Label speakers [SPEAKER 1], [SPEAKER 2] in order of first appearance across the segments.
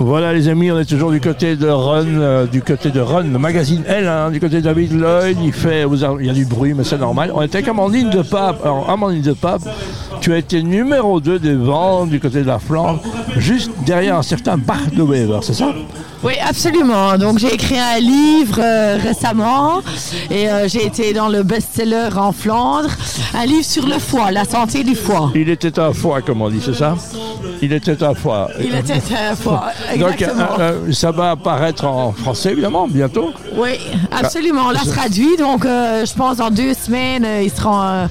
[SPEAKER 1] Voilà les amis, on est toujours du côté de Run, euh, du côté de Run, le magazine L, hein, du côté de David Lloyd, il fait, vous a- il y a du bruit mais c'est normal. On était avec Amandine de Pape. Alors Amandine de Pape, tu as été numéro 2 des ventes du côté de la Flandre, juste derrière un certain Bach de Weber, c'est ça
[SPEAKER 2] Oui, absolument. Donc, j'ai écrit un livre euh, récemment et euh, j'ai été dans le best-seller en Flandre. Un livre sur le foie, la santé du foie.
[SPEAKER 1] Il était à foi, comme on dit, c'est ça Il était à foi.
[SPEAKER 2] Il était un foie,
[SPEAKER 1] Donc euh,
[SPEAKER 2] exactement.
[SPEAKER 1] euh, ça va apparaître en français évidemment bientôt.
[SPEAKER 2] oui, absolument. On l'a traduit, donc euh, je pense dans deux semaines, euh, il sera euh,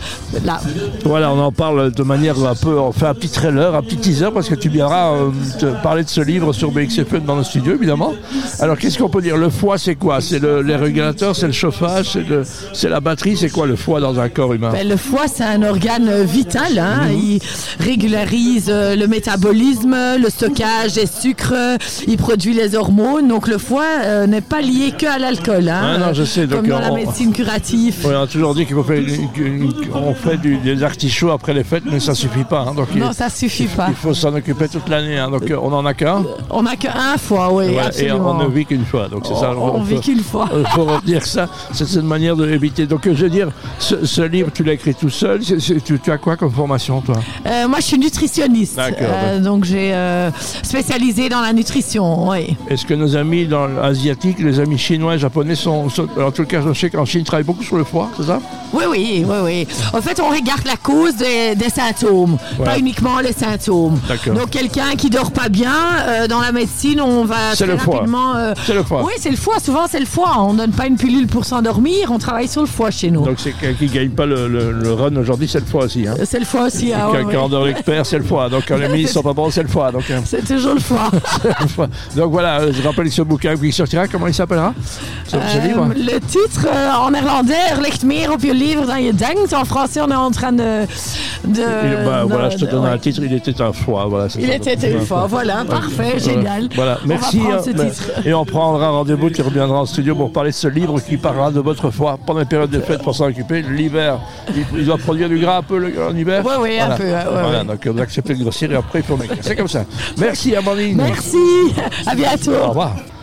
[SPEAKER 2] là.
[SPEAKER 1] Voilà, on en parle de manière un peu, on fait un petit trailer, un petit teaser, parce que tu viendras euh, te parler de ce livre sur BXFM dans le studio, évidemment. Alors, qu'est-ce qu'on peut dire Le foie, c'est quoi C'est le- les régulateurs, c'est le chauffage, c'est le- c'est la batterie, c'est quoi le foie dans un corps humain
[SPEAKER 2] Ben, le foie, c'est un organe euh, vital.
[SPEAKER 1] Mhm.
[SPEAKER 2] hein. Il régularise euh, le métabolisme, le stockage des sucres. euh, Il produit les hormones. Donc le foie euh, n'est pas lié que à l'alcool. hein.
[SPEAKER 1] Ah non, je sais, donc
[SPEAKER 2] Comme dans la
[SPEAKER 1] on-
[SPEAKER 2] médecine curative.
[SPEAKER 1] Ouais, on a toujours dit qu'on fait, une- une- on fait du- des artichauts après les fêtes, mais ça suffit pas. hein. donc, il-
[SPEAKER 2] Non, ça suffit pas.
[SPEAKER 1] il faut s'en occuper toute l'année. hein. donc, euh, on en a qu'un.
[SPEAKER 2] On n'a qu'un foie, oui,
[SPEAKER 1] Voilà, et on
[SPEAKER 2] absolument.
[SPEAKER 1] ne vit qu'une fois. Donc, c'est ça.
[SPEAKER 2] On- on
[SPEAKER 1] peut-
[SPEAKER 2] vit qu'une fois.
[SPEAKER 1] Il faut retenir ça, c'est une manière de l'éviter. Donc, euh, je veux dire, ce, ce livre, tu l'as écrit tout seul. C'est- c'est- tu, tu as quoi comme formation, toi
[SPEAKER 2] Euh, moi, je suis nutritionniste.
[SPEAKER 1] D'accord,
[SPEAKER 2] Euh, donc j'ai euh, spécialisé dans la nutrition, oui.
[SPEAKER 1] Est-ce que nos amis dans l'asiatique, les amis chinois et japonais sont, sont- En tout cas, je sais qu'en Chine, ils travaillent beaucoup sur le foie, c'est ça
[SPEAKER 2] Oui, oui, oui, oui. En fait, on regarde la cause des, des symptômes, pas uniquement les symptômes.
[SPEAKER 1] D'accord.
[SPEAKER 2] Donc, quelqu'un qui dort pas bien, euh, dans la médecine, on va
[SPEAKER 1] C'est
[SPEAKER 2] très
[SPEAKER 1] le foie.
[SPEAKER 2] rapidement. euh,
[SPEAKER 1] C'est le foie.
[SPEAKER 2] Oui, c'est le foie. Souvent, c'est le foie. On donne pas une pilule pour s'endormir. On travaille sur le foie chez nous.
[SPEAKER 1] Donc, c'est quelqu'un qui ne gagne pas le, le- le run aujourd'hui, c'est le foie aussi. Hein.
[SPEAKER 2] C'est le foie aussi. ah, ouais,
[SPEAKER 1] Quand- Quand
[SPEAKER 2] ouais.
[SPEAKER 1] on dort avec père, c'est le foie. Donc, quand les ministres sont pas bons, c'est le foie. Donc, euh,
[SPEAKER 2] C'est toujours le foie.
[SPEAKER 1] donc voilà, euh, je rappelle ce bouquin qui sortira. Comment il s'appellera ce, ce
[SPEAKER 2] Euh,
[SPEAKER 1] livre
[SPEAKER 2] le titre euh, en néerlandais, er ligt meer op je lever dan je denkt. En français, on est en train de. de-
[SPEAKER 1] Il- bah,
[SPEAKER 2] de-
[SPEAKER 1] voilà, je te
[SPEAKER 2] de-
[SPEAKER 1] donne
[SPEAKER 2] Euh, ouais.
[SPEAKER 1] un titre, il était un foie. Voilà, c'est
[SPEAKER 2] Il
[SPEAKER 1] ça.
[SPEAKER 2] était une fois. Voilà, parfait, génial.
[SPEAKER 1] Voilà,
[SPEAKER 2] On
[SPEAKER 1] merci.
[SPEAKER 2] va prendre
[SPEAKER 1] hein,
[SPEAKER 2] ce
[SPEAKER 1] mais-
[SPEAKER 2] titre.
[SPEAKER 1] Et on prendra rendez-vous, tu reviendras en studio pour parler de ce livre qui parlera de votre foi pendant les périodes de fête pour s'en occuper. L'hiver, il, il doit produire du gras un peu le- en hiver
[SPEAKER 2] Ouais, ouais, un peu, ouais, ouais,
[SPEAKER 1] voilà,
[SPEAKER 2] ouais.
[SPEAKER 1] donc vous acceptez de grossir et après il faut maigrir. C'est comme ça. Merci Amandine.
[SPEAKER 2] Merci, à bientôt.
[SPEAKER 1] Au revoir.